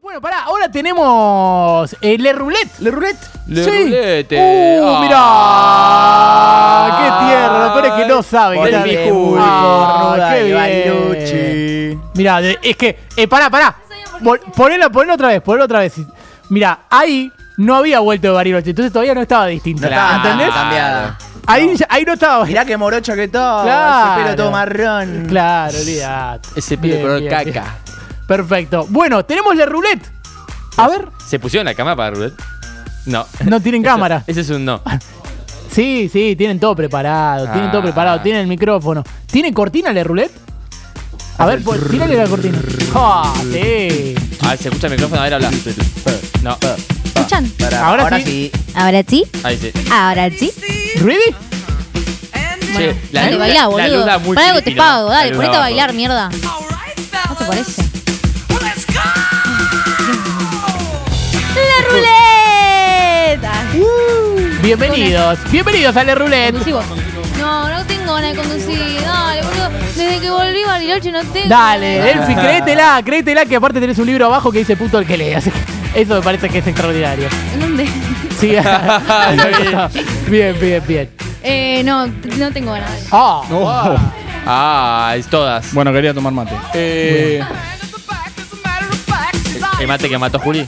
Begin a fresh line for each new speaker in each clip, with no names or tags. Bueno, pará, ahora tenemos eh, Le Roulette.
Le roulette.
Le
Le
Sí.
rulete.
¡Uh,
Ah.
mirá! ¡Qué tierno! Lo peor es que no sabe qué
Volví,
tal.
Julio,
Ah, qué bien. Mirá, de- es que, eh, pará, pará. Vol- Ponelo, ponelo otra vez, ponelo otra vez. Mirá, ahí no había vuelto de Bariloche, entonces todavía no estaba distinto.
No estaba
¿Entendés?
cambiada.
Ahí, ya- ahí no estaba.
Ah, Mirá qué morocha que todo.
Claro.
Ese pelo todo marrón.
Claro, olvidate.
Ese pelo
Bien,
color
bien,
caca.
bien. Perfecto. Bueno, tenemos la roulette. A ver,
¿Se pusieron la cámara para rulete? No.
no tienen
Eso-
cámara.
Ese es un no.
Sí, sí, tienen todo preparado, tienen todo
Ah.
preparado, tienen el micrófono. ¿Tiene cortina la roulette? A ver, pues, tírale la cortina. ¡Ah, sí!
A ver, se escucha el micrófono, a ver, habla. No,
¿Escuchan?
Pará,
Ahora
ahora,
sí.
sí.
Ahora sí,
ahí sí.
ahora sí.
¿Ready?
Che,
Dale,
luz-
bailá,
la luz
boludo.
da muy
Para algo te
filipino,
pago,
la
dale,
luz
ponete a
da
bailar,
abajo.
mierda. ¿No te parece? ¡La ruleta!
Bienvenidos, bienvenidos a la roulette.
Conducí vos. No, no tengo ganas de conducir. Dale, boludo. Desde que volví a Bariloche no tengo.
Dale,
ganas.
Delphi, créetela, créetela que aparte tenés un libro abajo que dice puto el que lee, así que eso me parece que es extraordinario.
¿En ¿Dónde?
Sí. bien, bien, bien.
Eh, no, no tengo ganas.
Ah,
Ah, es todas.
Oh, Bueno, quería tomar mate. Eh,
El É, mate que mató Juli.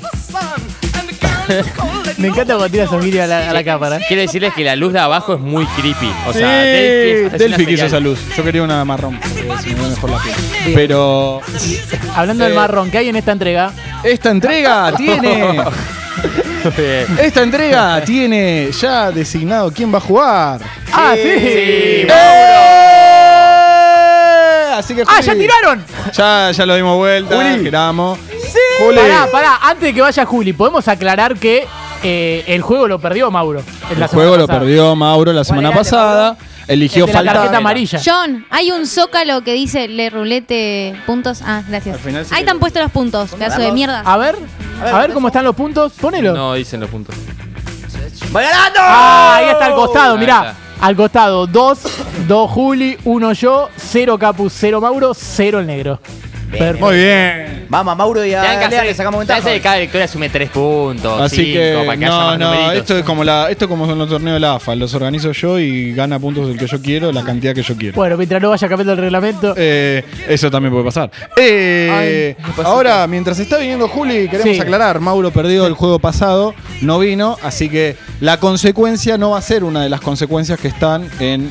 me encanta cuando tiras a la, a la cámara.
Quiero decirles que la luz de abajo es muy creepy. O sea,
eh,
Delphi, es una
Delphi quiso
señal.
esa luz. Yo quería una marrón. porque se me ve mejor la piel. Pero
Hablando del
Eh.
marrón que hay en esta entrega,
esta entrega tiene. Esta entrega tiene ya designado quién va a jugar.
Ah, sí.
¡Eh! Así que
¡Ah,
Juli,
ya tiraron!
Ya, ya lo dimos vuelta. Giramos. Juli.
Pará, pará, antes de que vaya Juli, podemos aclarar que eh, el juego lo perdió Mauro. en
El
la semana
juego lo
pasada.
perdió Mauro la semana pasada. Eligió
El de la
faltar.
tarjeta amarilla.
John, hay un zócalo que dice le rulete puntos. Ah, gracias.
Al final sí
Ahí
que-
están puestos los puntos, pedazo de
Ah,
mierda.
A ver, a ver cómo están los puntos, ponelo.
No dicen los puntos.
¡Va ganando!
Ah, ahí está al costado,
Ahí
mirá.
está.
Al costado, 2, 2 Juli, 1 yo, 0 Capus, 0 Mauro, 0 el negro. Perfecto.
Muy bien.
Vamos, a Mauro y a
Tienen que
Lea,
hacer-
le sacamos
tienen que hacer que
ventaja.
cada victoria sume tres puntos.
Así
cinco,
que
para que haya
no,
más
no,
numeritos.
esto es como la, esto como son los torneos de la AFA, los organizo yo y gana puntos el que yo quiero, la cantidad que yo quiero.
Bueno, mientras no vaya cambiando el reglamento.
Eh, eso también puede pasar. Eh, ahora, mientras está viniendo Juli, queremos
Sí.
aclarar, Mauro perdió el juego pasado, no vino, así que la consecuencia no va a ser una de las consecuencias que están en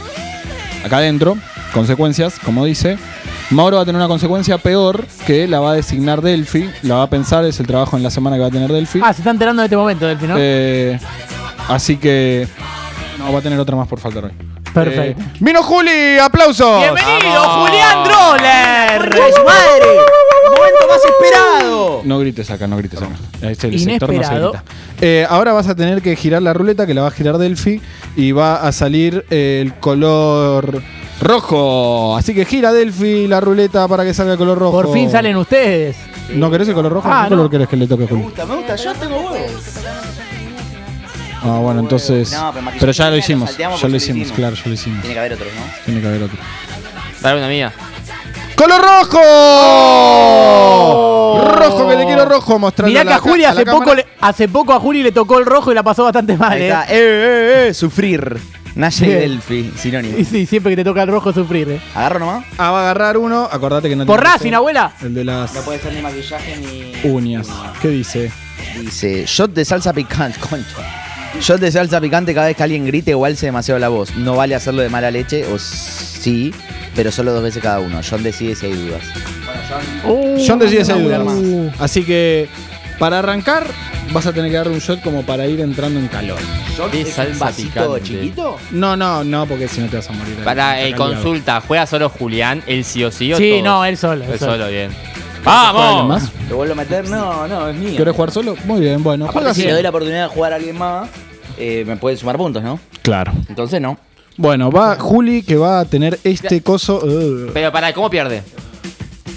acá adentro, consecuencias, como dice. Mauro va a tener una consecuencia peor que la va a designar Delphi, la va a pensar, es el trabajo en la semana que va a tener Delphi.
Ah, se está enterando en este momento, Delphi, ¿no?
Eh, así que. No, va a tener otra más por faltar hoy.
Perfecto.
Eh, ¡Vino Juli! ¡Aplausos!
¡Bienvenido,
Vamos.
Julián Droller!
¡Re su madre! ¡Momento más esperado!
No grites acá, no grites acá. Este el sector no se
Inesperado.
grita. Eh, ahora vas a tener que girar la ruleta que la va a girar Delphi y va a salir eh, el color rojo. Así que gira Delphi la ruleta para que salga el color rojo.
Por fin salen ustedes.
¿No querés el color rojo?
Ah,
¿Qué color
no.
querés que le toque a Juli?
gusta, me gusta, yo tengo huevos.
Ah, bueno, entonces.
No, pero maquillaje
pero ya lo
lo
hicimos. Ya
salteamos
lo
porque ya lo
hicimos,
hicimos.
claro, ya lo hicimos.
Tiene que haber otros, ¿no?
Tiene que haber otro.
Dale una mía.
¡Color rojo! Rojo, que te quiero rojo mostrar.
Oh. Mirá que a Juli hace poco, le- hace poco a Juli le tocó el rojo y la pasó bastante mal,
Ahí
¿eh?
está. Eh, eh, eh, sufrir. Naya y
Bien.
Delphi,
Y
sinónimo.
sí, siempre que te toca el rojo sufrir, ¿eh?
Agarro nomás.
Ah, va a agarrar uno. Acordate que no
Por
tiene que
Racing,
ser
abuela.
El de las
No puede ser ni maquillaje ni.
uñas. ¿Qué dice?
Dice, shot de salsa picante, concha. Shot de salsa picante cada vez que alguien grite o alce demasiado la voz. No vale hacerlo de mala leche, o sí, pero solo dos veces cada uno. John decide si hay dudas.
John decide esa duda.
Uh.
Así que para arrancar vas a tener que darle un shot como para ir entrando en calor.
¿Shot
De salsa picante.
No, no, no, porque si no te vas a morir. ahí.
Para
Está
eh,
calculado.
consulta, ¿juega solo Julián? ¿El sí o sí o
Sí,
todos?
no, él solo. él
Él
solo.
solo, bien.
¿Juega alguien
¡Vamos!
más?
¿Lo vuelvo a meter? No, no, es mío.
¿Quieres jugar solo? Muy bien, bueno.
Aparte,
Juega
si
solo.
le doy la oportunidad de jugar a alguien más, eh, me pueden sumar puntos, ¿no?
Claro.
Entonces no.
Bueno, va Juli que va a tener este coso. Ugh.
Pero para, ¿cómo pierde?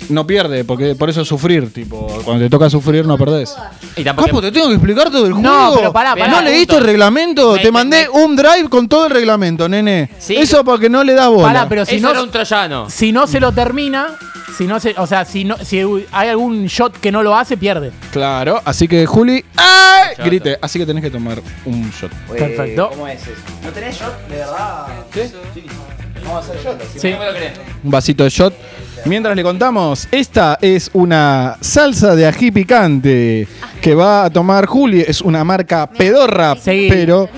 No pierde, porque por eso es sufrir, tipo, cuando te toca sufrir no perdés.
Y tampoco.
Capo, te tengo que explicar todo el
Ah, No,
juego.
pero pará, pará.
¿No leíste el reglamento?
Me-
te mandé
me-
un drive con todo el reglamento, nene.
Sí.
Eso porque no le das bola.
Pará, pero si
Eso
no,
era un troyano.
si no se lo termina, Si no se, o sea, si no, si hay algún shot que no lo hace, pierde.
Claro, así que Juli, ¡ay!
Shot.
grite, así que tenés que tomar un shot.
Perfecto.
Eh, ¿Cómo es eso? ¿No tenés shot? ¿De verdad? Sí. Vamos a hacer shot. así.
Sí.
Un vasito de shot. Mientras le contamos, esta es una salsa de ají picante que va a tomar Juli. Es una marca pedorra,
Sí.
pero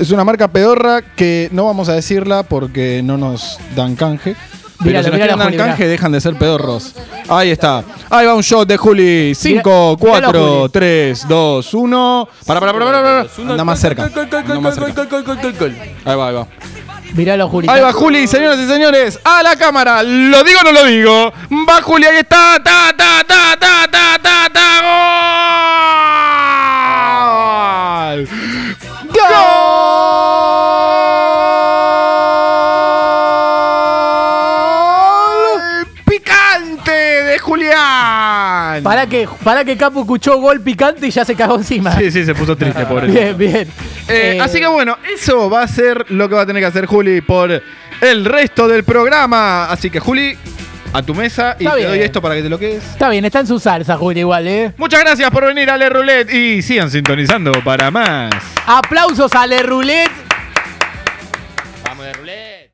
es una marca pedorra que no vamos a decirla porque no nos dan canje. Pero
Míralo,
si nos
míralo,
quieren dar
Juli, mirá.
canje, dejan de ser pedorros. Ahí está. Ahí va un shot de Juli. 5,
Mira- míralo,
4,
Juli.
3, 2, 1. Para, para, para, para, para. Anda más cerca. Anda más cerca. Ahí va, ahí va.
Miralo, Juli.
Ahí va Juli, señoras y señores, a la cámara. ¿Lo digo o no lo digo? Va Juli, ahí está. Ta, ta, ta, ta, ta, ta, ta. ¡Gol! ¡Gol! ¡Picante de Julián!
Para que, para que Capo escuchó gol picante y ya se cagó encima.
Sí, sí, se puso triste, pobre.
Bien, bien.
Eh,
Eh,
así que bueno, eso va a ser lo que va a tener que hacer Juli por el resto del programa. Así que Juli, a tu mesa y
Está
te
bien.
doy esto para que te lo quedes.
Está bien, está en su salsa, Juli, igual, ¿eh?
Muchas gracias por venir a Le Roulette y sigan sintonizando para más.
Aplausos a Le Roulette.
Vamos de roulette.